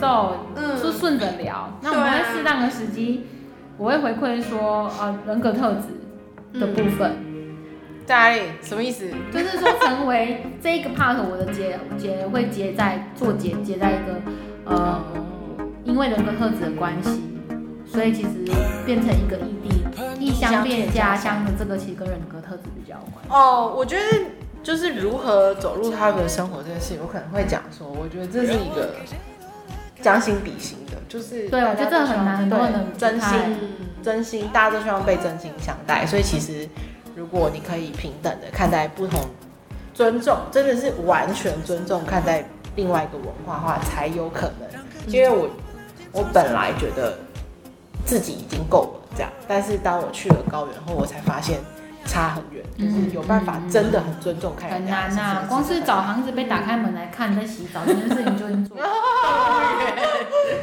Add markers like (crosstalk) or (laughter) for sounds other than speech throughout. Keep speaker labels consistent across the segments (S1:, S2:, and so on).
S1: 后
S2: 嗯
S1: 就顺着聊。那我们
S2: 对啊
S1: 会适当的时机，我会回馈说，呃，人格特质的部分，
S2: 在哪里？什么意思？
S1: 就是说成为这一个 part 我的结结会结在做结结在一个呃，因为人格特质的关系，所以其实变成一个异地。异乡变家乡的这个其实跟人格特质比较有关。
S2: 哦，我觉得就是如何走入他的生活这件事情，我可能会讲说，我觉得这是一个将心比心的，就是
S1: 对，我觉得这很难，很多
S2: 对
S1: 人不太
S2: 真心真心，大家都希望被真心相待，所以其实如果你可以平等的看待不同，尊重真的是完全尊重看待另外一个文化的话，才有可
S1: 嗯
S2: 能。因为我我本来觉得自己已经够了这样，但是当我去了高原后，我才发现差很远，
S3: 嗯
S2: 就是有办法真的很尊重看
S1: 很
S2: 人家
S1: 难
S2: 的事情
S3: 啊
S1: 呐、光是找行子被打开门来看在洗澡这件事情就已经做
S3: (laughs)
S1: 了。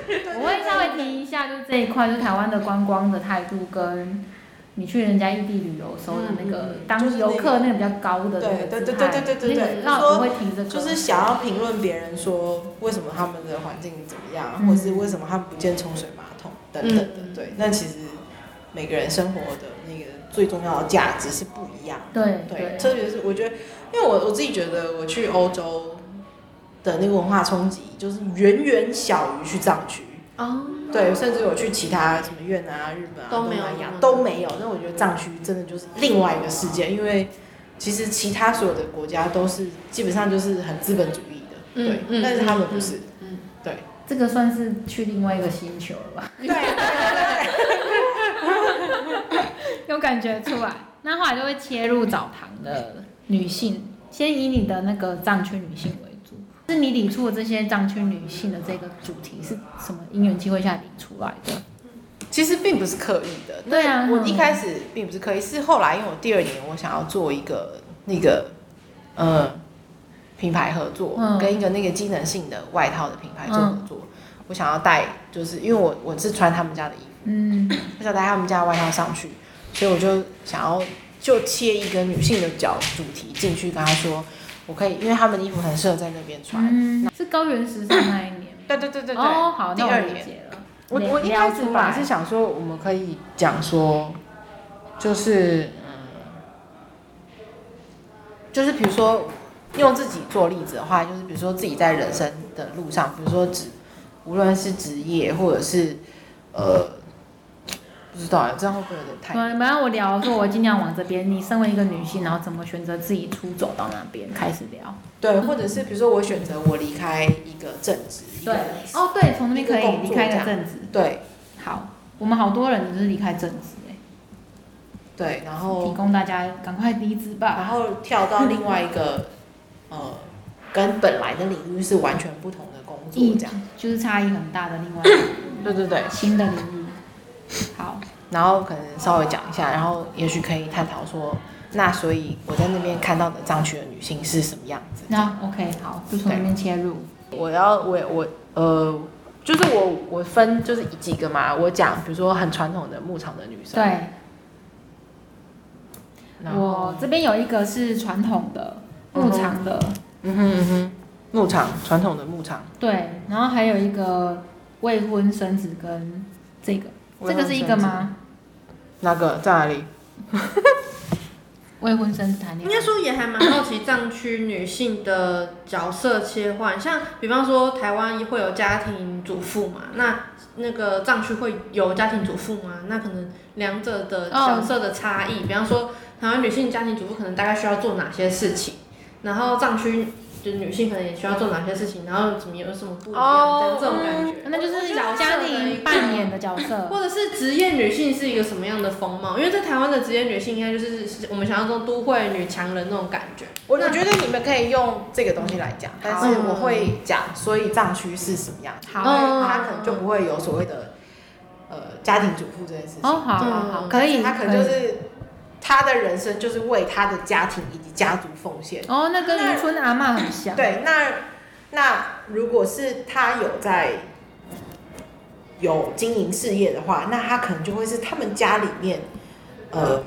S1: 我会稍微提一下，就这一块，就台湾的观光的态度跟你去人家异地旅游时候的那
S2: 嗯嗯
S1: 个
S2: 嗯
S1: 当
S3: 就是那个
S1: 游客那个比较高的那
S3: 对
S1: 个
S3: 对
S1: 姿
S3: 对
S1: 态，
S3: 对对对对对
S1: 那个让我会提这个，
S3: 就是想要评论别人说为什么他们的环境怎么样，
S1: 嗯
S3: 或是为什么他们不见冲水马桶等等的。
S2: 嗯
S3: 对，那其实每个人生活的那个最重要的价值是不一样的。
S1: 对
S3: 对
S1: 对，，
S3: 这就是我觉得，因为我我自己觉得我去欧洲的那个文化冲击，就是远远小于去藏区。
S2: 哦，
S3: 对，甚至我去其他什么越南啊、日本啊、
S2: 都
S3: 东
S2: 没有
S3: 南亚
S2: 嗯
S3: 都没有。那我觉得藏区真的就是另外一个世界，因为其实其他所有的国家都是基本上就是很资本主义的，
S2: 嗯
S3: 对，
S2: 嗯
S3: 但是他们不是。
S2: 嗯
S1: 这个算是去另外一个星球了吧，
S3: 对对对
S1: 有感觉出来。 (laughs) 那后来就会切入澡堂的女性，先以你的那个藏区女性为主，是你理出的这些藏区女性的这个主题是什么因缘机会下理出来的？
S3: 对，其实并不是刻意的。
S1: 对啊
S3: 那我一
S1: 嗯
S3: 开始并不是刻意，是后来因为我第二年我想要做一个那个呃品牌合作，
S1: 嗯
S3: 跟一个那个机能性的外套的品牌做合
S1: 嗯
S3: 作。我想要带，就是因为我我是穿他们家的衣服。
S1: 嗯
S3: 我想带他们家的外套上去，所以我就想要就切一个女性的角主题进去，跟她说，我可以，因为他们的衣服很适合在那边穿。
S1: 嗯，是高原时尚那一年。
S3: 对对对对对，
S1: 哦，好，
S3: 第
S1: 那我
S3: 二
S1: 理
S3: 年
S1: 解了。
S3: 我我一
S1: 聊
S3: 开始
S1: 出
S3: 本
S1: 来
S3: 来是想说，我们可以讲说，就是嗯就是比如说用自己做例子的话，就是比如说自己在人生的路上，比如说职，无论是职业或者是呃，不知道啊，这样会不会有点太
S1: 对，本来我聊说，我尽量往这边。你身为一个女性，然后怎么选择自己出走到那边开始聊？
S3: 对，或者是比如说我选择我离开一个正职，一个
S1: 对，哦，对，从那边可
S3: 一个工
S1: 以
S3: 作
S1: 离开一
S3: 这
S1: 个
S3: 样
S1: 正职。
S3: 对
S1: 好，我们好多人就是离开正职哎、
S3: 对，然
S1: 提
S3: 后
S1: 供大家赶快离职
S3: 然
S1: 吧。
S3: 后跳到另外一个呃，跟本来的领域是完全不同的工
S1: 一
S3: 作这样。
S1: 就是差异很大的另外一个
S3: 对对 (coughs) 对，
S1: 新的领域。好，
S3: 然后可能稍微讲一下，然后也许可以探讨说，那所以我在那边看到的藏区的女性是什么样子？
S1: 那 OK，好，就从那边切入。
S3: 我要我我呃，就是我我分就是几个嘛，我讲比如说很传统的牧场的女生，
S1: 对，
S3: 然后
S1: 我这边有一个是传统的牧场的，
S3: 嗯哼嗯哼，牧场传统的牧场。
S1: 对，然后还有一个未婚生子跟这个，这个是一个吗？
S3: 那个在哪里？
S1: 未婚生子谈恋
S2: 应
S1: 爱
S2: 该，说也还蛮好奇藏区女性的角色切换，像比方说台湾会有家庭主妇嘛，那那个藏区会有家庭主妇吗？那可能两者的角色的差异，比方说台湾女性家庭主妇可能大概需要做哪些事情，然后藏区的女性可能也需要做哪些事情，然后怎么有什么不一样，
S3: 哦
S2: 这样这种感觉。
S1: 那就是
S2: 角色
S1: 家
S2: 的一
S1: 庭
S2: 个
S1: 扮演的角色。
S2: 或者是职业女性是一个什么样的风貌？因为在台湾的职业女性，应该就是是我们想象中都会女强人那种感觉。
S3: 我
S2: 那
S3: 我觉得你们可以用这个东西来讲，但是我会讲，所以藏区是什么样子，
S1: 哦好
S3: 因为他可能就不会有所谓的呃家庭主妇这件事情。
S1: 哦，好好好，
S2: 嗯
S1: 可以，
S3: 他可能就是他的人生就是为他的家庭以及家族奉献。
S1: 哦，那跟渔村阿嬷很像。
S3: 对，那那如果是他有在有经营事业的话，那他可能就会是他们家里面呃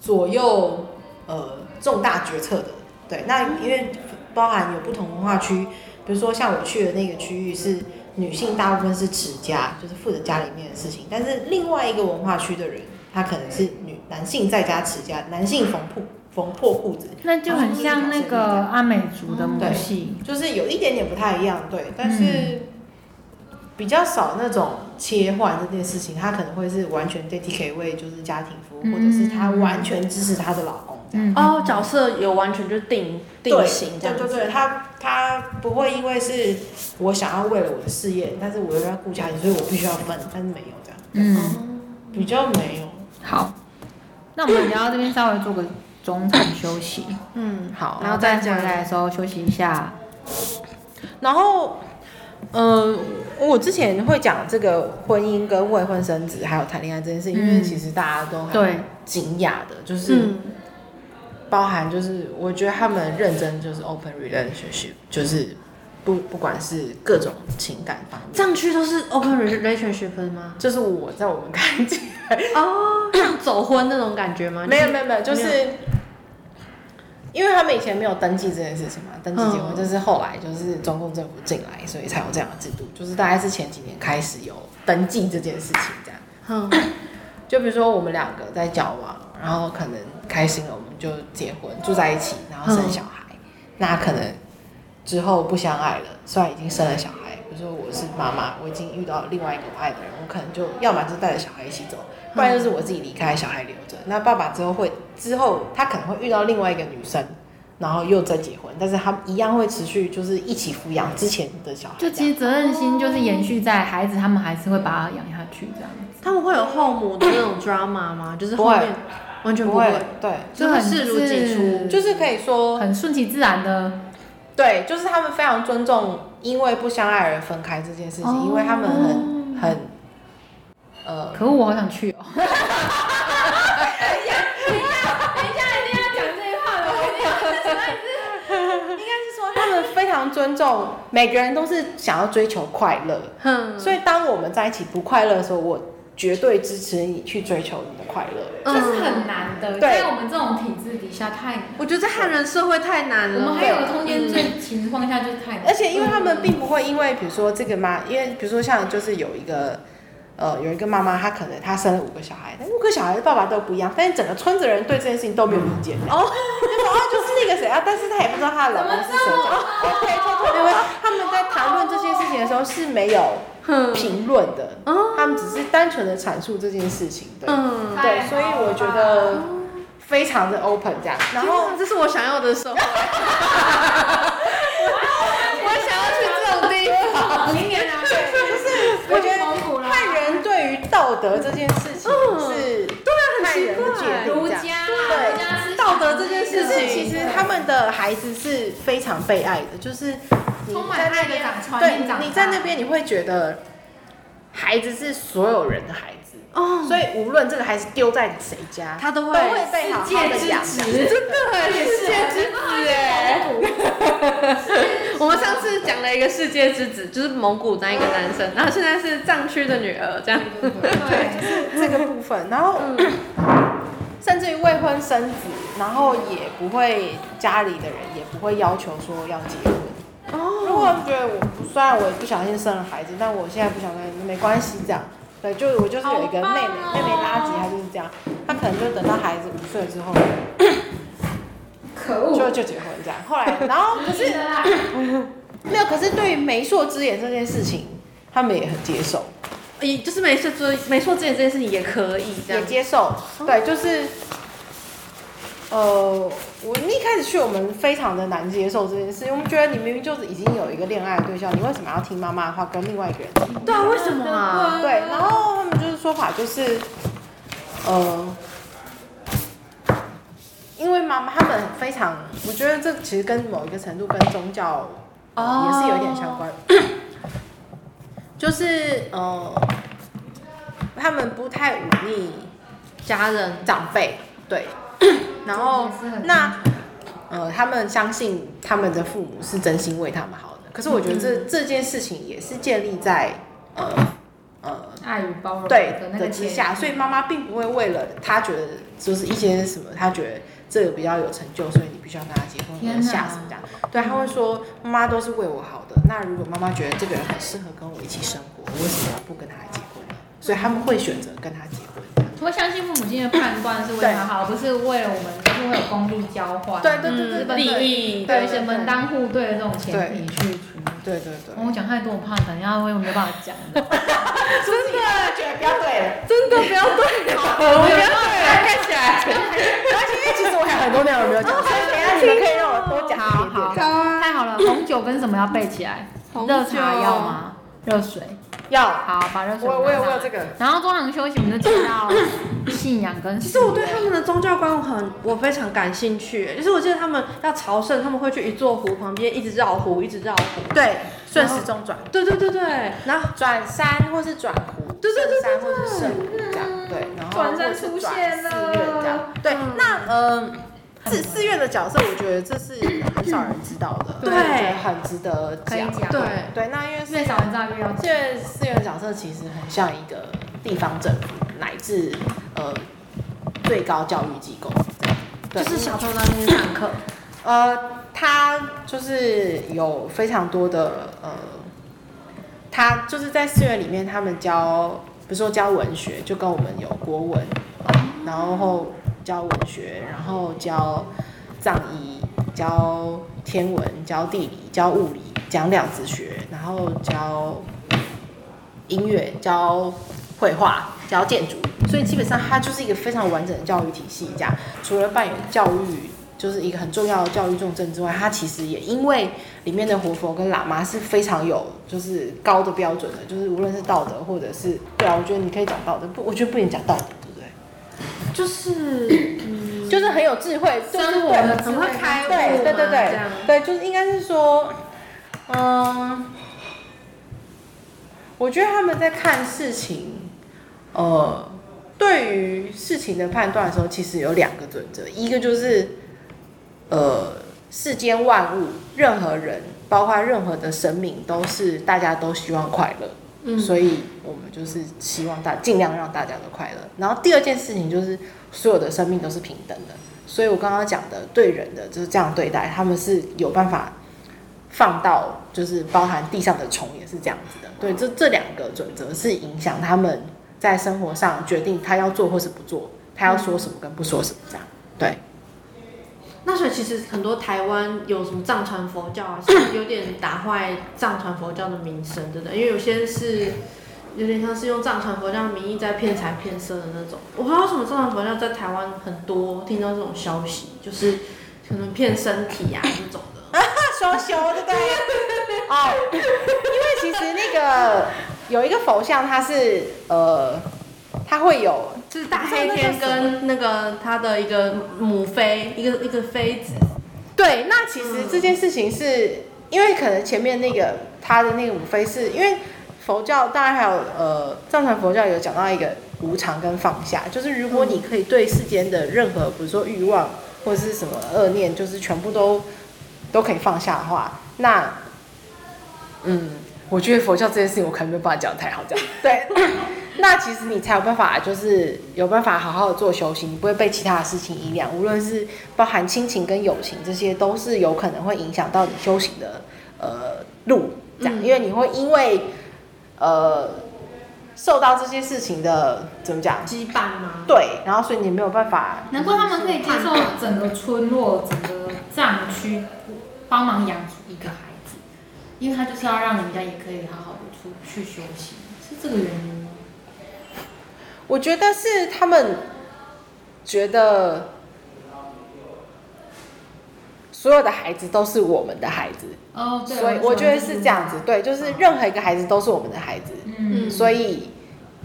S3: 左右呃重大决策的。对，那因为包含有不同文化区，比如说像我去的那个区域是女性大部分是持家，就是负责家里面的事情，但是另外一个文化区的人，他可能是女男性在家持家，男性缝铺缝破裤子，
S1: 那就很像那个
S4: 哦
S1: 阿美族的母系，
S3: 就是有一点点不太一样，对，但是比较少那种切换这件事情，他可能会是完全 dedicate 为就是家庭服务，
S1: 嗯
S3: 或者是他完全支持她的老公这样。
S1: 嗯，
S4: 哦，角色有完全就定定
S3: 对
S4: 型这
S3: 对
S4: 样
S3: 对
S4: 子，
S3: 对，他他不会因为是我想要为了我的事业，但是我又要顾家庭，所以我必须要分，但是没有这样，
S1: 嗯，
S4: 哦
S3: 比较没有。
S1: 好，那我们聊到这边稍微做个中场休息，
S4: 嗯，好，
S1: 然后再回来的时候休息一下。
S3: 然后，嗯、我之前会讲这个婚姻跟未婚生子还有谈恋爱这件事情，因为
S1: 嗯
S3: 其实大家都还
S1: 对，
S3: 惊讶的，就是
S4: 嗯，
S3: 包含就是我觉得他们认真就是 open relationship，就是不不管是各种情感方面，
S4: 这样去都是 open relationship 的吗？
S3: 就是我在我们看见。
S4: 哦，像走婚那种感觉吗？
S3: 没
S4: 就
S3: 有
S4: 是
S3: 没有没有，就是因为他们以前没有登记这件事情嘛，登记结婚
S4: 嗯
S3: 就是后来就是中共政府进来，所以才有这样的制度，就是大概是前几年开始有登记这件事情这样。
S4: 嗯，
S3: 就比如说我们两个在交往，然后可能开心了，我们就结婚住在一起，然后生小孩。那可能之后不相爱了，虽然已经生了小孩，比如说我是妈妈，我已经遇到另外一个我爱的人，我可能就要么就带着小孩一起走，不然就是我自己离开，小孩留着。那爸爸之后会之后他可能会遇到另外一个女生。然后又再结婚，但是他们一样会持续就是一起抚养之前的小孩这
S1: 就
S3: 样，
S1: 其实责任心就是延续在孩子，他们还是会把他养下去这样子，
S4: 他们会有后母的那种 drama 吗？就是后面完全
S3: 不
S4: 不
S3: 会
S4: 会，
S3: 对，
S4: 就会视如己出，
S3: 就是可以说
S1: 很顺其自然的，
S3: 对，就是他们非常尊重因为不相爱而分开这件事情，
S1: 哦
S3: 因为他们很很呃，
S1: 可恶，我好想去哦。
S3: 应该是说 (laughs)
S2: 嗯
S3: 他们非常尊重每个人都是想要追求快乐，
S1: 嗯
S4: 哼，
S3: 所以当我们在一起不快乐的时候，我绝对支持你去追求你的快乐。
S1: 这是
S4: 嗯
S1: 很难的，
S3: 对
S1: 在我们这种体制底下太难。
S4: 我觉得在汉人社会太难
S1: 我
S4: 了，
S1: 们还有通奸罪情况下就是太难。
S3: 而
S4: 哎
S3: 且因为他们并不会因为比如说这个妈，因为比如说像就是有一个。呃，有一个妈妈，她可能她生了五个小孩，但五个小孩的爸爸都不一样，但是整个村子人对这件事情都没有意见。
S4: 哦，
S3: 就 (laughs) 说哦，就是那个谁啊，但是她也不知道她的老公是谁。哦，对对对，因为他们在谈论这些事情的时候是没有
S2: 嗯
S4: 哼，
S3: 评论的，
S4: 哦
S3: 他们只是单纯的阐述这件事情的。
S4: 嗯，
S3: 对，所以我觉得非常的 open 这样。
S4: 然
S3: 然后
S4: 后这是我想要的社会，我想要去这种地方，
S1: 明年啊，
S3: 对，就是我觉
S1: 蒙古
S3: 得
S1: 啦
S3: 汉人对于道德这件事情
S4: 嗯
S3: 是
S4: 很
S3: 汉
S4: 奇
S3: 人的界
S4: 怪
S3: 定
S1: 儒
S3: 这样。
S1: 家，
S3: 对
S1: 儒家思想
S4: 道德这件
S3: 可
S4: 事
S3: 是
S4: 情
S3: 其实他们的孩子是非常被爱的，就是你
S1: 充满
S3: 在那
S1: 爱的
S3: 边
S1: 长传递长
S3: 对，你在
S1: 大
S3: 那边你会觉得孩子是所有人的孩子，
S4: 哦，
S3: 所以无论这个孩子丢在谁家，
S4: 他都
S3: 都
S4: 会
S3: 会被好好的养。
S1: 世界之子，
S4: 真的很世界之子
S3: (laughs)
S4: 哎。我们上次讲了一个世界之子，就是蒙古那一个男生，然后现在是藏区的女儿，这样。
S1: 对，
S3: 这个部分，然后、
S1: 嗯
S3: (clears throat) 甚至于未婚生子，然后也不会家里的人也不会要求说要结婚。如
S4: 哦，
S3: 果觉得我不，虽然我不小心生了孩子，但我现在不想跟没关系这样。对，就我就是有一
S1: 好
S3: 个
S1: 棒
S3: 妹妹，
S1: 哦
S3: 妹妹拉吉她就是这样，她可能就等到孩子五岁之后
S1: 哦可
S3: 就
S1: 恶，
S3: 就结婚这样。后来，然后可是
S1: 啊
S3: 没有，可是对于媒妁之言这件事情，他们也很接受，
S4: 也就是没事做，没错，这件这件事情也可以这样哦
S3: 也。接受。对，就是呃，我一开始去我们非常的难接受这件事，因为我们觉得你明明就是已经有一个恋爱的对象，你为什么要听妈妈的话跟另外一个人结婚
S4: 对啊，为什么啊？
S3: 对，然后他们就是说法就是，呃，因为妈妈他们非常，我觉得这其实跟某一个程度跟宗教、呃
S4: 哦
S3: 也是有一点相关，就是呃，他们不太忤逆
S4: 家人
S3: 长辈，
S1: (coughs)
S3: 对，然后
S1: 这点是很
S3: 哦那呃，他们相信他们的父母是真心为他们好的，可是我觉得这、
S1: 嗯
S3: 这件事情也是建立在呃呃
S1: 爱与包容
S3: 对
S1: 嗯的那
S3: 的
S1: 个
S3: 之
S1: 前
S3: 下，所以妈妈并不会为了她觉得就是一些什么，她觉得这个比较有成就，所以你必须要跟他结婚，
S1: 天
S3: 你
S1: 哪
S3: 吓死这样。对，他会说妈妈都是为我好的，那如果妈妈觉得这个人很适合跟我一起生活，为什么要不跟他结婚呢？所以他们会选择跟他结婚。这样
S1: 会相信父母亲的判断是为他好，不是为了我们，就是会有功利交换，
S3: 对对对对
S1: 资
S3: 对
S1: 本主
S3: 对
S1: 义，
S3: 对
S1: 对一些门当户对的这种前提去去。
S3: 对对对，
S1: 哦我讲太多，我怕等一下我有没有办法讲
S3: (laughs)
S1: 的。
S3: 真的觉得不要对了，
S1: 真的不要对我，我不要对了，看起来。
S3: 而且因为其实我还有很多内容没有讲，所以等一下你们可以让我多讲一点点。
S1: 好好
S3: 这样
S1: 太好了，红酒跟什么要备起来？
S2: 红
S1: 热茶
S2: 酒
S1: 要吗？热水，
S3: 要，
S1: 好，把热水。
S3: 我我有我有这。个。
S1: 然后中场休息，我们就提到信仰跟。
S2: 其实我对他们的宗教观我很我非常感兴趣，就是我记得他们要朝圣，他们会去一座湖旁边一直绕湖，一直绕湖。
S3: 对，顺时钟转，
S2: 对对对对，然后
S3: 转山或是转湖，
S2: 对对
S3: 顺
S2: 对
S3: 山或是圣湖这样，对，然后
S2: 转山
S3: 或是
S2: 出
S3: 转
S2: 现
S3: 寺
S2: 了
S3: 院这样，对
S2: 嗯，
S3: 那嗯。寺寺院的角色，我觉得这是很少人知道的，
S2: 对
S3: 我觉得很值得
S1: 可以
S3: 讲。
S1: 讲
S2: 对
S3: 对，那因为寺
S1: 越少人知道越要讲。
S3: 这个寺院角色其实很像一个地方政府乃至呃最高教育机构这样，
S2: 就
S3: 对
S2: 是小偷当兵上课，
S3: 呃，他就是有非常多的呃，他就是在寺院里面，他们教，比如说教文学，就跟我们有国文，呃然后教文学，然后教藏医，教天文，教地理，教物理，讲量子学，然后教音乐，教绘画，教建筑，所以基本上它就是一个非常完整的教育体系。这样，除了扮演教育就是一个很重要的教育重镇之外，它其实也因为里面的活佛跟喇嘛是非常有就是高的标准的，就是无论是道德或者是对啊，我觉得你可以讲道德，不，我觉得不能讲道德，对不对？
S2: 就是嗯，
S3: 就是很有智慧，就是 (coughs)
S1: 生活
S3: 对
S1: 的智
S2: 很
S1: 慧
S2: 会开悟
S3: 对对对
S2: 嘛这
S3: 对
S2: 样
S3: 对，就是应该是说，嗯，我觉得他们在看事情，呃，对于事情的判断的时候，其实有两个准则，一个就是，呃，世间万物，任何人，包括任何的生命，都是大家都希望快乐。
S2: 嗯
S3: 所以我们就是希望大尽量让大家都快乐。然后第二件事情就是所有的生命都是平等的，所以我刚刚讲的对人的就是这样对待，他们是有办法放到就是包含地上的虫也是这样子的。对，这这两个准则是影响他们在生活上决定他要做或是不做，他要说什么跟不说什么这样。
S2: 那所以其实很多台湾有什么藏传佛教啊，是有点打坏藏传佛教的名声，真的，因为有些是有点像是用藏传佛教的名义在骗财骗色的那种。我不知道为什么藏传佛教在台湾很多听到这种消息，就是可能骗身体啊这种的。
S3: 双修对不对？哦，因为其实那个有一个佛像，它是呃，它会有
S2: 就是大黑天跟那个他的一个母妃，一个一个妃子，
S3: 对，那其实这件事情是、因为可能前面那个他的那个五非是因为佛教，当然还有呃藏传佛教有讲到一个无常跟放下，就是如果你可以对世间的任何，比如说欲望或者是什么恶念，就是全部都都可以放下的话，那嗯，我觉得佛教这件事情我可能没有办法讲得太好，这样对。 (coughs) 那其实你才有办法，就是有办法好好的做修行，你不会被其他的事情影响，无论是包含亲情跟友情，这些都是有可能会影响到你修行的呃路，这样，
S2: 嗯
S3: 因为你会因为呃受到这些事情的怎么讲，
S2: 羁绊吗？
S3: 对，然后所以你没有办法，
S1: 难怪他们可以接受整个村落、整个藏区帮忙养出一个孩子，因为他就是要让人家也可以好好的出去休息，是这个原因吗？
S3: 我觉得是他们觉得所有的孩子都是我们的孩子，
S1: 哦，对，
S3: 所以我觉得是这样子，对，就是任何一个孩子都是我们的孩子，
S1: 嗯，
S2: 嗯
S3: 所以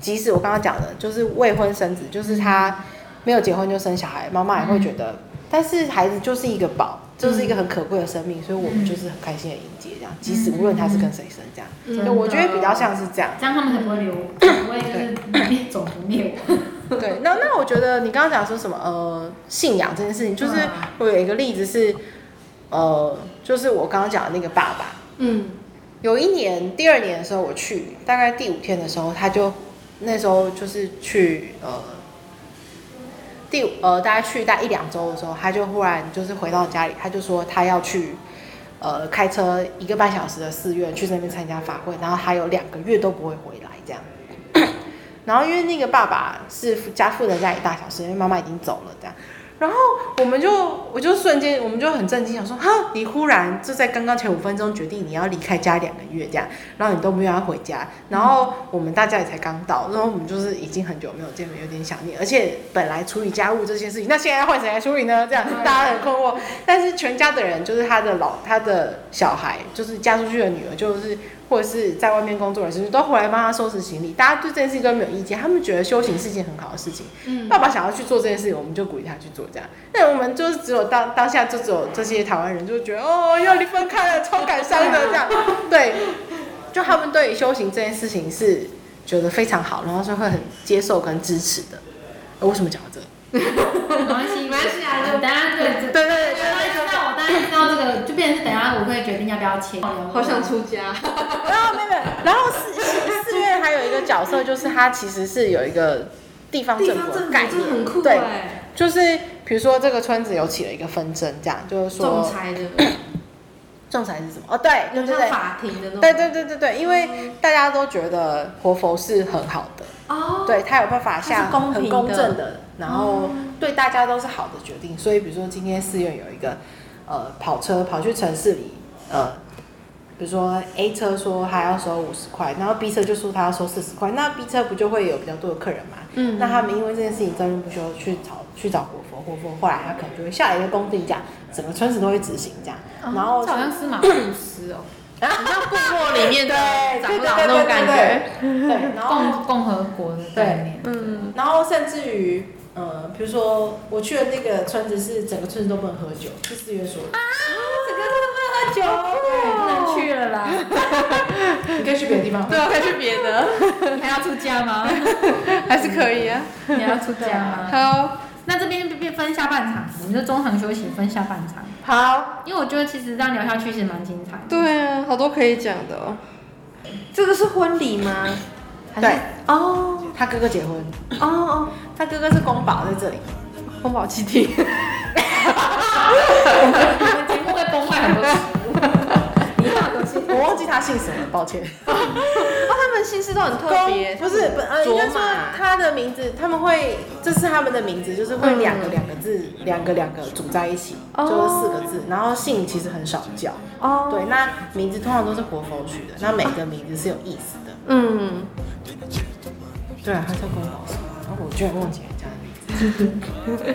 S3: 即使我刚刚讲的，就是未婚生子，就是他没有结婚就生小孩，妈妈也会觉得，但是孩子就是一个宝，就是一个很可贵的生命，所以我们就是很开心的迎接这样，即使无论他是跟谁生这样，
S2: 嗯
S1: 真
S3: 对
S1: 的
S3: 我觉得比较像是这样。
S1: 这样他们才不会流，不会就是灭种族灭 (laughs) 我。
S3: 对，那那我觉得你刚刚讲说什么呃信仰这件事情，就是
S1: 嗯
S3: 我有一个例子是，呃，就是我刚刚讲的那个爸爸，
S2: 嗯，
S3: 有一年第二年的时候我去，大概第五天的时候，他就那时候就是去呃第呃大概去大概一两周的时候，他就忽然就是回到家里，他就说他要去呃开车一个半小时的寺院去那边参加法会，然后他有两个月都不会回来这样。然后因为那个爸爸是家负责家里大小事，因为妈妈已经走了这样。然后我们就我就瞬间我们就很震惊，想说哈，你忽然就在刚刚前五分钟决定你要离开家两个月这样，然后你都没有要回家，然后我们大家也才刚到，然后我们就是已经很久没有见面，有点想念，而且本来处理家务这件事情，那现在换谁来处理呢？这样
S1: 对
S3: 大家很困惑。但是全家的人，就是他的老他的小孩，就是嫁出去的女儿，就是或者是在外面工作的人，就是都回来帮他收拾行李，大家对这件事情都没有意见，他们觉得修行是件很好的事情。
S2: 嗯，
S3: 爸爸想要去做这件事情，我们就鼓励他去做这样。那我们就是只有当当下就只有这些台湾人就觉得哦要离分开了，超感伤的这样。对，就他们对于修行这件事情是觉得非常好，然后是会很接受跟支持的。呃为什么讲到这？
S1: 没关系，
S2: 没关系啊就
S1: 等下对这。
S3: 对对对，
S1: 那我当然知道这个，就变成是等下我会决定要不要签。
S2: 嗯好想出家，
S3: 然后没有没有，然后四四四月还有一个角色就是他其实是有一个地方
S2: 地
S3: 政
S2: 方
S3: 府
S2: 政
S3: 的
S2: 府
S3: 概
S2: 真
S3: 念
S2: 的，很酷
S3: 对，
S2: 哎，
S3: 就是比如说这个村子有起了一个纷争，这样就是说
S2: 仲裁的，
S3: 仲裁是什么？哦，对，对
S2: 有
S3: 对
S2: 像
S3: 对。
S2: 法庭的那种，
S3: 嗯对对对对对，因为大家都觉得活佛是很好的，
S2: 哦，
S3: 对他有办法下
S2: 它是公平
S3: 很
S2: 的哦
S3: 公正的，然后对大家都是好的决定。所以比如说今天寺院有一个呃跑车跑去城市里，呃，比如说 A 车说他要收五十块，然后 B 车就说他要收四十块，那 B 车不就会有比较多的客人嘛？
S2: 嗯
S3: 那他们因为这件事情争论不休，去找去找活佛，活佛后来他可能就会下一个公定价，整个村子都会执行这样，
S2: 哦
S3: 然后嗯
S1: 这嗯好像司马 (laughs) 库斯哦，
S2: 很像部落里面的
S3: (laughs) 对
S2: 长
S3: 对对
S2: 老那种感觉，
S3: 对，对然后
S1: 共共和国的概念。
S2: 嗯，
S3: 然后甚至于，呃，比如说我去的那个村子是整个村子都不能喝酒，是四月说的，
S1: 那就
S2: 啊
S1: 不能去了啦，
S3: 你可以去别的地方。
S2: 对，我可以去别的， (laughs)
S1: 你还要出家吗？
S2: 还是可以啊。
S1: (laughs) 你还要出家吗？
S2: 好，
S1: (laughs) 那这边变分下半场，我们就中场休息分下半场，
S3: 好，
S1: 因为我觉得其实这样聊下去其实蛮精彩 (laughs) 的。
S2: 对啊，好多可以讲的哦。这个是婚礼吗？还是
S3: 对，
S2: 哦
S3: 他哥哥结婚，
S2: 哦 (laughs) 哦，
S3: 他哥哥是公保在这里。
S2: 宫保鸡丁。
S1: 我们节目会崩坏很多食物。你好，我是
S3: 我忘记他姓什
S2: (laughs)
S3: 么，抱歉。
S2: (laughs) 哦，他们姓氏都很特别，
S3: 不是，不呃，应该
S2: 卓
S3: 说
S2: 玛
S3: 他的名字，他们会，这是他们的名字，就是会
S2: 嗯
S3: 两个两个字，两个两个组在一起，
S2: 哦
S3: 就是四个字。然后姓其实很少叫，
S2: 哦，
S3: 对，那名字通常都是活佛取的，那每个名字是有意思的。
S2: 嗯，
S3: 对啊，他叫公保什么？然后我居然忘记人家的名字。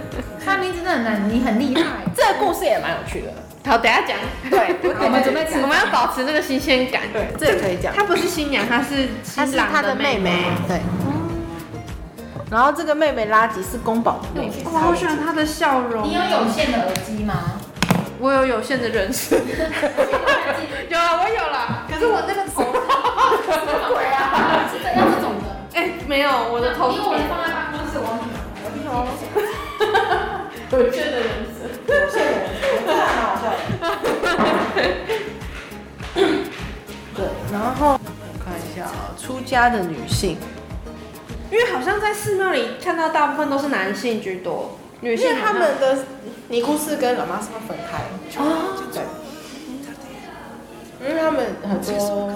S1: 他名字真的很难，你很厉害。
S3: 这个故事也蛮有趣的。
S2: 好，等一下讲。
S3: 对，
S1: 我们准备吃
S2: 我们要保持这个新鲜感。
S3: 对，这也可以讲。
S2: 她不是新娘，她是
S3: 她
S2: 新
S3: 是
S2: 郎
S3: 他的
S2: 妹
S3: 妹妹，对。然后这个妹妹拉吉是宫保的妹妹，
S2: 我哦好喜欢她的笑容。
S1: 你有有线的耳机吗？
S2: 我有有限的人生。有啊，我有啦。可是我那个头，
S1: 鬼啊！是怎样这种的？
S2: (laughs) 哎，没有，我的头是
S1: 因为我们放在办公室，我忘记拿了。 (laughs)
S2: 有限的人生。
S3: (coughs) 对。然后我看一下啊，出家的女性，
S2: 因为好像在寺庙里看到大部分都是男性居多，女
S3: 因
S2: 性
S3: 为
S2: 好像
S3: 他们的尼姑寺跟喇嘛寺分开，
S2: 哦，
S3: 对。因为他们很多，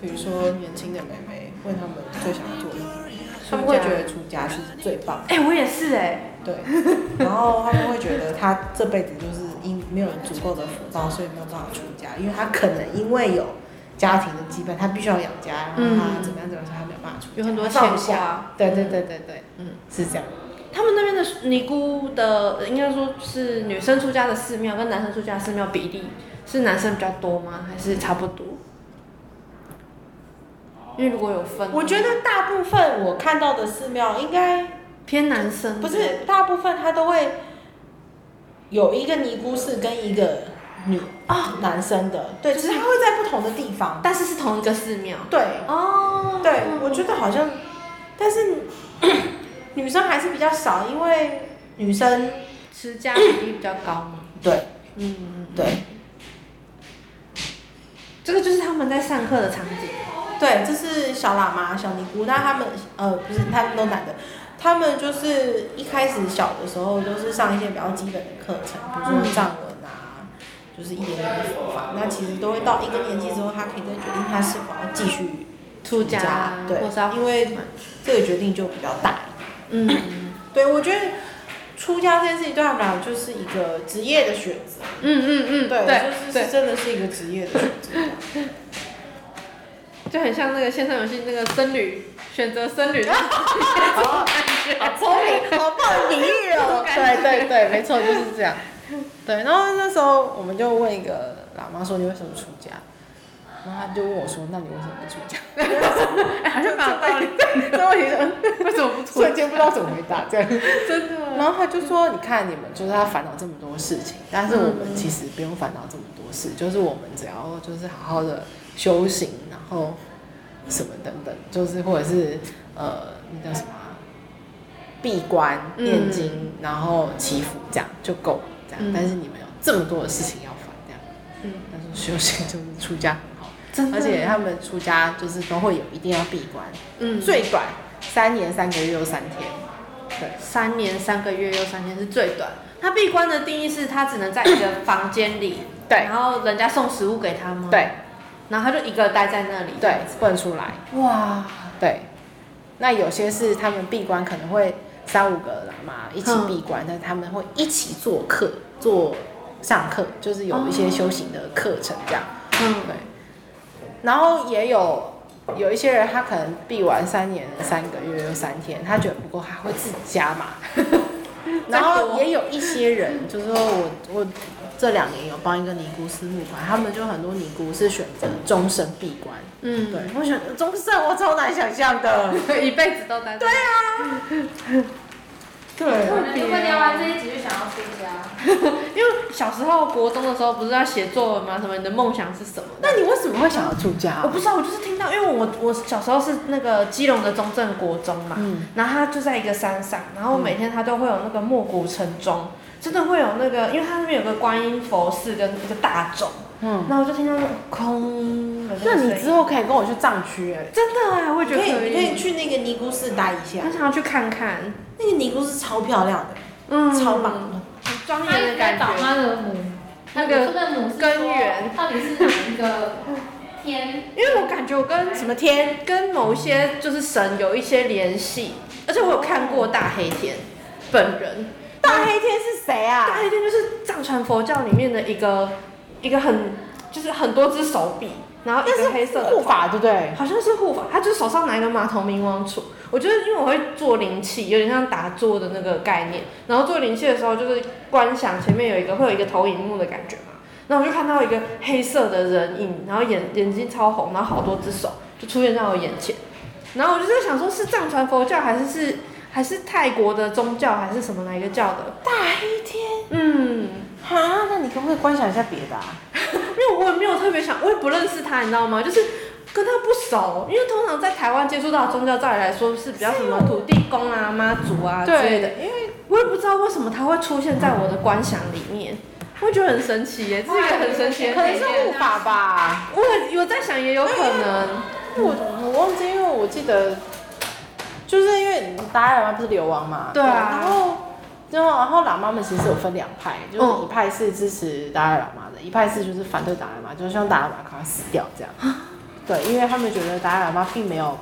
S3: 比如说年轻的妹妹问他们最想做的，他们会觉得出家是最棒的。
S2: 哎，我也是哎，
S3: 对，
S2: (laughs)
S3: 然后他们会觉得他这辈子就是因没有足够的福报，所以没有办法出家，因为他可能因为有家庭的羁绊，他必须要养家，然后他怎么样怎么样，所以他没有办法出家，
S2: 有嗯很多
S3: 他放
S2: 牵
S3: 不下。
S2: 挂。
S3: 对对对对对，嗯，是这样。
S2: 他们那边的尼姑的，应该说是女生出家的寺庙跟男生出家的寺庙比例是男生比较多吗？还是差不多？因为如果有分，
S3: 我觉得大部分我看到的寺庙，应该
S2: 偏男生
S3: 不是大部分他都会有一个尼姑寺跟一个女啊男生的，对，只是他会在不同的地方。
S2: 但是是同一个寺庙
S3: 对，
S2: 哦。
S3: 对，我觉得好像，但是 (clears throat) 女生还是比较少，因为女生
S2: 持家比例比较高嘛。
S3: 对
S2: 嗯，
S3: 对
S2: 这个就是他们在上课的场景。
S3: 对，这是小喇嘛、小尼姑，那他们呃不是他们都男的，他们就是一开始小的时候都是上一些比较基本的课程，比
S2: 嗯
S3: 如说藏文啊，就是一点点的佛法。那其实都会到一个年纪之后，他可以再决定他是否要继续
S2: 出
S3: 家
S2: 家，
S3: 对
S2: 或是要
S3: 因为这个决定就比较大一点。
S2: 嗯， (coughs)
S3: 对，我觉得出家这件事情对他们来讲就是一个职业的选择。
S2: 嗯嗯嗯，
S3: 对，
S2: 对
S3: 就是是真的是一个职业的选择。
S2: 就很像那个线上游戏那个僧侣选择僧侣，
S3: 好聪明，好棒
S2: (laughs)
S3: 的比喻哦！对对对，没错，就是这样。对，然后那时候我们就问一个喇嘛说：“你为什么出家？”然后他就问我说：“那你为什么不出家
S2: (laughs) 哎还是蛮有道理，？”
S3: (laughs) 这问题就
S2: (laughs) 为什么不出？
S3: 瞬间不知道怎么回答，这样。
S2: (laughs) 真的，
S3: 然后他就说：“你看你们就是他烦恼这么多事情，但是我们其实不用烦恼这么多事，就是我们只要就是好好的修行，然后什么等等，就是或者是呃那叫什么啊闭关
S2: 嗯
S3: 念经，然后祈福这样就够了，这样。
S2: 嗯
S3: 但是你们有这么多的事情要烦，这样。
S2: 嗯，
S3: 他说修行就是出家很好，
S2: 真
S3: 而且他们出家就是都会有一定要闭关，
S2: 嗯，
S3: 最短三年三个月又三天。”
S2: 三年三个月又三天是最短。他闭关的定义是他只能在一个房间 (coughs) 里，
S3: 对
S2: 然后人家送食物给他吗？，
S3: 对，
S2: 然后他就一个待在那里，
S3: 对，不能出来。
S2: 哇，
S3: 对，那有些是他们闭关可能会三五个喇嘛一起
S2: 嗯
S3: 闭关，但他们会一起做课做上课，就是有一些
S2: 哦
S3: 修行的课程这样。
S2: 嗯，
S3: 对，然后也有有一些人他可能闭完三年三个月又三天，他觉得不够，他会自己加
S2: (laughs)
S3: 码。然后也有一些人，就是说我我这两年有帮一个尼姑师募款，他们就很多尼姑是选择终身闭关。
S2: 嗯，
S3: 对，我选择终身，我超难想象的。
S2: 对， (laughs) 一辈子都待在嗯对，
S3: 对
S1: 可能就会聊完这一集就想要出家。
S2: 因为小时候国中的时候不是要写作文吗？什么你的梦想是什么？
S3: 那你为什么会想要出家啊
S2: 我？不知道，我就是听到，因为我我小时候是那个基隆的中正国中嘛，
S3: 嗯
S2: 然后它就在一个山上，然后每天它都会有那个莫古城钟，真的会有那个，因为它那边有个观音佛寺跟一个大钟，
S3: 嗯，
S2: 然后我就听到那个空的
S3: 那
S2: 个
S3: 你
S2: 声音
S3: 之后可以跟我去藏区哎，
S2: 真的啊，我
S3: 你
S2: 也觉
S3: 可
S2: 得
S3: 以你可以
S2: 以，嗯
S3: 去那个尼姑寺待一下
S2: 很，想要去看看，
S3: 那个尼姑寺超漂亮的，
S2: 嗯，
S3: 超棒的。
S2: 很庄
S1: 他一
S2: 严
S1: 直
S2: 的
S1: 在
S2: 感
S1: 找
S2: 觉，
S1: 他的母，
S2: 那个
S1: 这个母是说
S2: 根源
S1: 到底是哪一个 (laughs) 天？
S2: 因为我感觉我跟
S3: 什么天？
S2: 跟某些就是神有一些联系，而且我有看过大黑天本人。
S3: 大黑天是谁
S2: 大
S3: 啊？
S2: 黑天就是藏传佛教里面的一个一个很就是很多只手臂，然后一
S3: 那
S2: 个
S3: 是
S2: 黑色
S3: 护
S2: 的，
S3: 法对不对？
S2: 好像是护法，他就是手上拿一个马头冥王杵。我觉得因为我会做灵气，有点像打坐的那个概念。然后做灵气的时候，就是观想前面有一个会有一个投影幕的感觉嘛。然后我就看到一个黑色的人影，然后眼眼睛超红，然后好多只手就出现在我眼前。然后我就在想说，是藏传佛教还是是还是泰国的宗教还是什么哪一个教的？
S3: 大黑天
S2: 嗯，
S3: 哈，那你可不可以观想一下别的啊？
S2: 因为我也没有特别想，我也不认识他，你知道吗？就是跟他不熟，因为通常在台湾接触到的宗教，照理来说是比较什么土地公啊、妈祖啊之类的。
S3: 的，因为
S2: 我也不知道为什么他会出现在我的观想里面，我觉得很神奇耶，这是一个很神奇的
S3: 可能
S2: 体
S3: 是
S2: 验。
S3: 护法吧。
S2: 我有在想，也有可能，
S3: 我我忘记，因为我记得，就是因为达赖喇嘛不是流亡嘛，
S2: 对啊
S3: 然后然后然后喇嘛们其实有分两派，就是
S2: 嗯
S3: 一派是支持达赖喇嘛的，一派是就是反对达赖喇嘛，就是希望达赖喇嘛赶快死掉这样。
S2: 啊
S3: 对，因为他们觉得达赖喇嘛并没有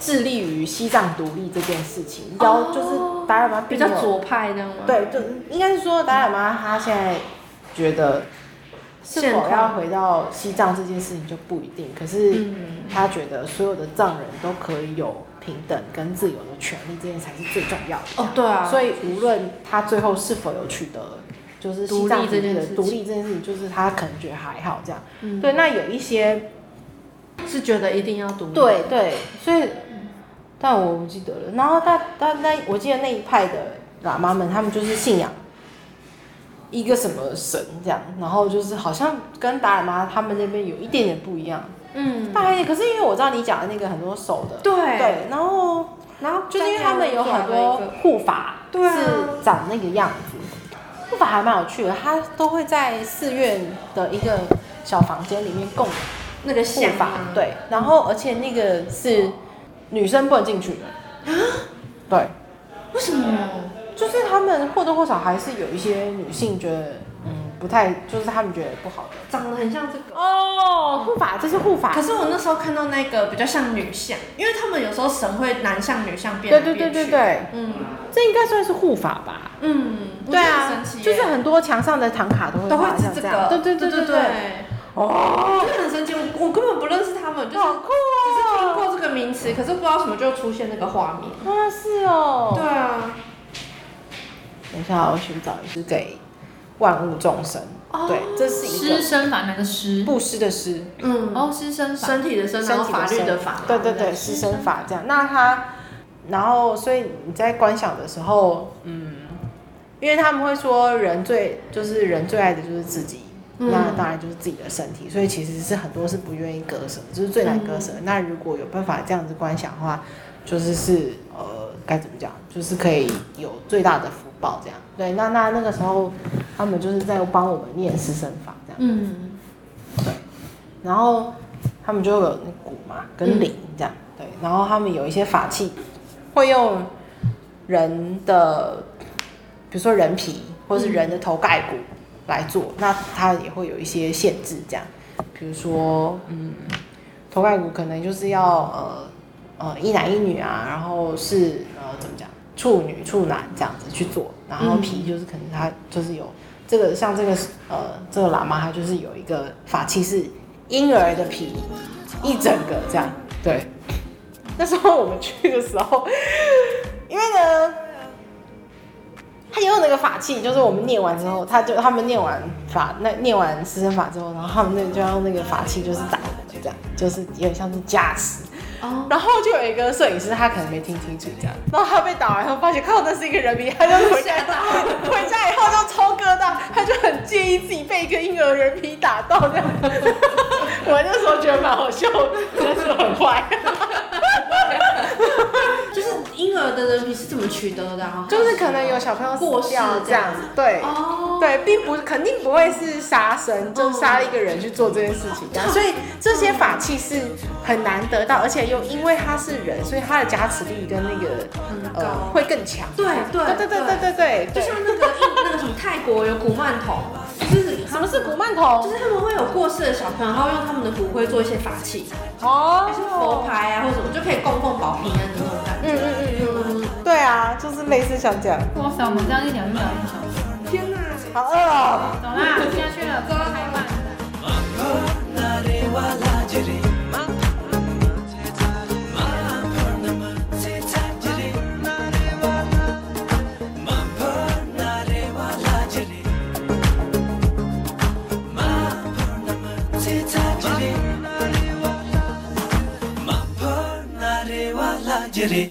S3: 致力于西藏独立这件事情，然后就是达赖喇嘛
S2: 哦比
S3: 并没
S2: 较
S3: 有
S2: 左派啊这样吗？，
S3: 对，就应该是说达赖喇嘛他现在觉得是
S2: 现
S3: 否
S2: 况
S3: 要回到西藏这件事情就不一定，可是
S2: 嗯，
S3: 他觉得所有的藏人都可以有平等跟自由的权利，这件才是最重要的。
S2: 哦，对啊，
S3: 所以无论他最后是否有取得就是西藏
S2: 独立这件
S3: 的
S2: 事情
S3: 独立这件事情，就是他可能觉得还好这样。
S2: 嗯
S3: 对，那有一些
S2: 是觉得一定要独立。
S3: 对对，所以，但我不记得了。然后他他那我记得那一派的喇嘛们，他们就是信仰一个什么神这样，然后就是好像跟达尔妈他们那边有一点点不一样，
S2: 嗯，
S3: 大概一点。可是因为我知道你讲的那个很多手的，
S2: 对，
S3: 对，然后
S2: 然后
S3: 就是因为他们有很
S2: 再来
S3: 多
S2: 一个
S3: 护法
S2: 对啊
S3: 是长那个样子，护法还蛮有趣的，他都会在寺院的一个小房间里面供
S2: 那个
S3: 护
S2: 像
S3: 法
S2: 啊，
S3: 对，然后而且那个是女生不能进去的，对，
S1: 为什么？
S3: 啊就是他们或多或少还是有一些女性觉得，嗯，不太，就是他们觉得不好的。
S2: 长得很像这个。
S3: 哦，护法，这是护法
S2: 可。是我那时候看到那个比较像女相，因为他们有时候神会男相女相变
S3: 对
S2: 来
S3: 对对
S2: 变去。
S3: 对对，
S2: 嗯
S3: 这应该算是护法吧？
S2: 嗯，我
S3: 对
S2: 觉得很
S3: 啊
S2: 神奇，耶
S3: 就是很多墙上的唐卡都会
S2: 都会
S3: 画
S2: 是
S3: 像
S2: 这
S3: 这样
S2: 个，
S3: 对对对
S2: 对
S3: 对
S2: 对
S3: 对，，哦，
S2: 我觉得很神奇，我我根本不认识他们，就是
S3: 好酷哦！
S2: 只是听过这个名词，可是不知道什么就出现那个画面。
S3: 啊，是哦。
S2: 对啊，
S3: 等一下，我寻找一是给万物众生。对，这哦是
S1: 师
S3: 一个
S1: 生法哪个师？
S3: 布施的施，
S2: 嗯，
S1: 哦，师生法。
S2: 身体的身，
S3: 身
S2: 然后
S3: 体的
S2: 法律
S3: 身
S2: 的法，
S3: 对对对，
S2: 不
S3: 施身法这样。那他，然后所以你在观想的时候，嗯，因为他们会说人最就是人最爱的就是自己。
S2: 嗯
S3: 那 (laughs) 当然就是自己的身体，所以其实是很多是不愿意割舍，就是最难割舍。
S2: 嗯
S3: 那如果有办法这样子观想的话，就是是呃该怎么讲，就是可以有最大的福报这样。对，那那那个时候他们就是在帮我们念施身法这样。
S2: 嗯，
S3: 然后他们就有那鼓嘛跟铃这样，对，然后他们有一些法器会用人的，比如说人皮或是人的头盖骨来做，那它也会有一些限制这样，比如说嗯，头盖骨可能就是要呃呃一男一女啊，然后是呃怎么讲处女处男这样子去做，然后皮就是可能它就是有。这个像这个呃，这个喇嘛他就是有一个法器是婴儿的皮，一整个这样。对，那时候我们去的时候，因为呢，他也有那个法器，就是我们念完之后，他就他们念完法，那念完师生法之后，然后他们那就用那个法器就是打我们这样，就是有点像是加持。
S2: 哦，
S3: 然后就有一个摄影师，他可能没听清楚这样，然后他被打完以后发现靠那是一个人皮，他就回家， (laughs) 回家以后就超疙瘩，他就很介意自己被一个婴儿人皮打到这样。我那时候觉得蛮好笑的，但是很坏，
S2: 就是婴儿的人皮是怎么取得的啊？
S3: 就是可能有小朋友
S2: 过
S3: 死
S2: 世
S3: 掉
S2: 这
S3: 这样
S2: 样子，
S3: 对。
S2: 哦，
S3: 对，并不肯定不会是杀生，就杀了一个人去做这件事情啊这样，哦所以这些法器是很难得到，而且又因为他是人，所以他的加持力跟那个
S2: 嗯很
S3: 呃
S2: 高，
S3: 会更强。
S2: 对对
S3: 对对对对对对，
S2: 就
S3: 对
S2: 像那个印那个什么泰国有古曼童，就是
S3: 什么是古曼童？
S2: 就是他们会有过世的小朋友，他会用他们的骨灰做一些法器，
S3: 哦
S2: 像是佛牌啊或者什么，就可以供奉保平安的那种感
S3: 嗯
S2: 觉。
S3: 嗯嗯
S2: 嗯，
S3: 嗯，对啊，就是类似像这样。
S1: 哇塞，我们这样一聊就聊一个小时。
S2: 天哪！
S3: 好饿哦。
S1: 走啦，下去了，哥，拜拜。
S5: Jiri.